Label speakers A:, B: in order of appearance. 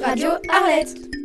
A: Radio Arlette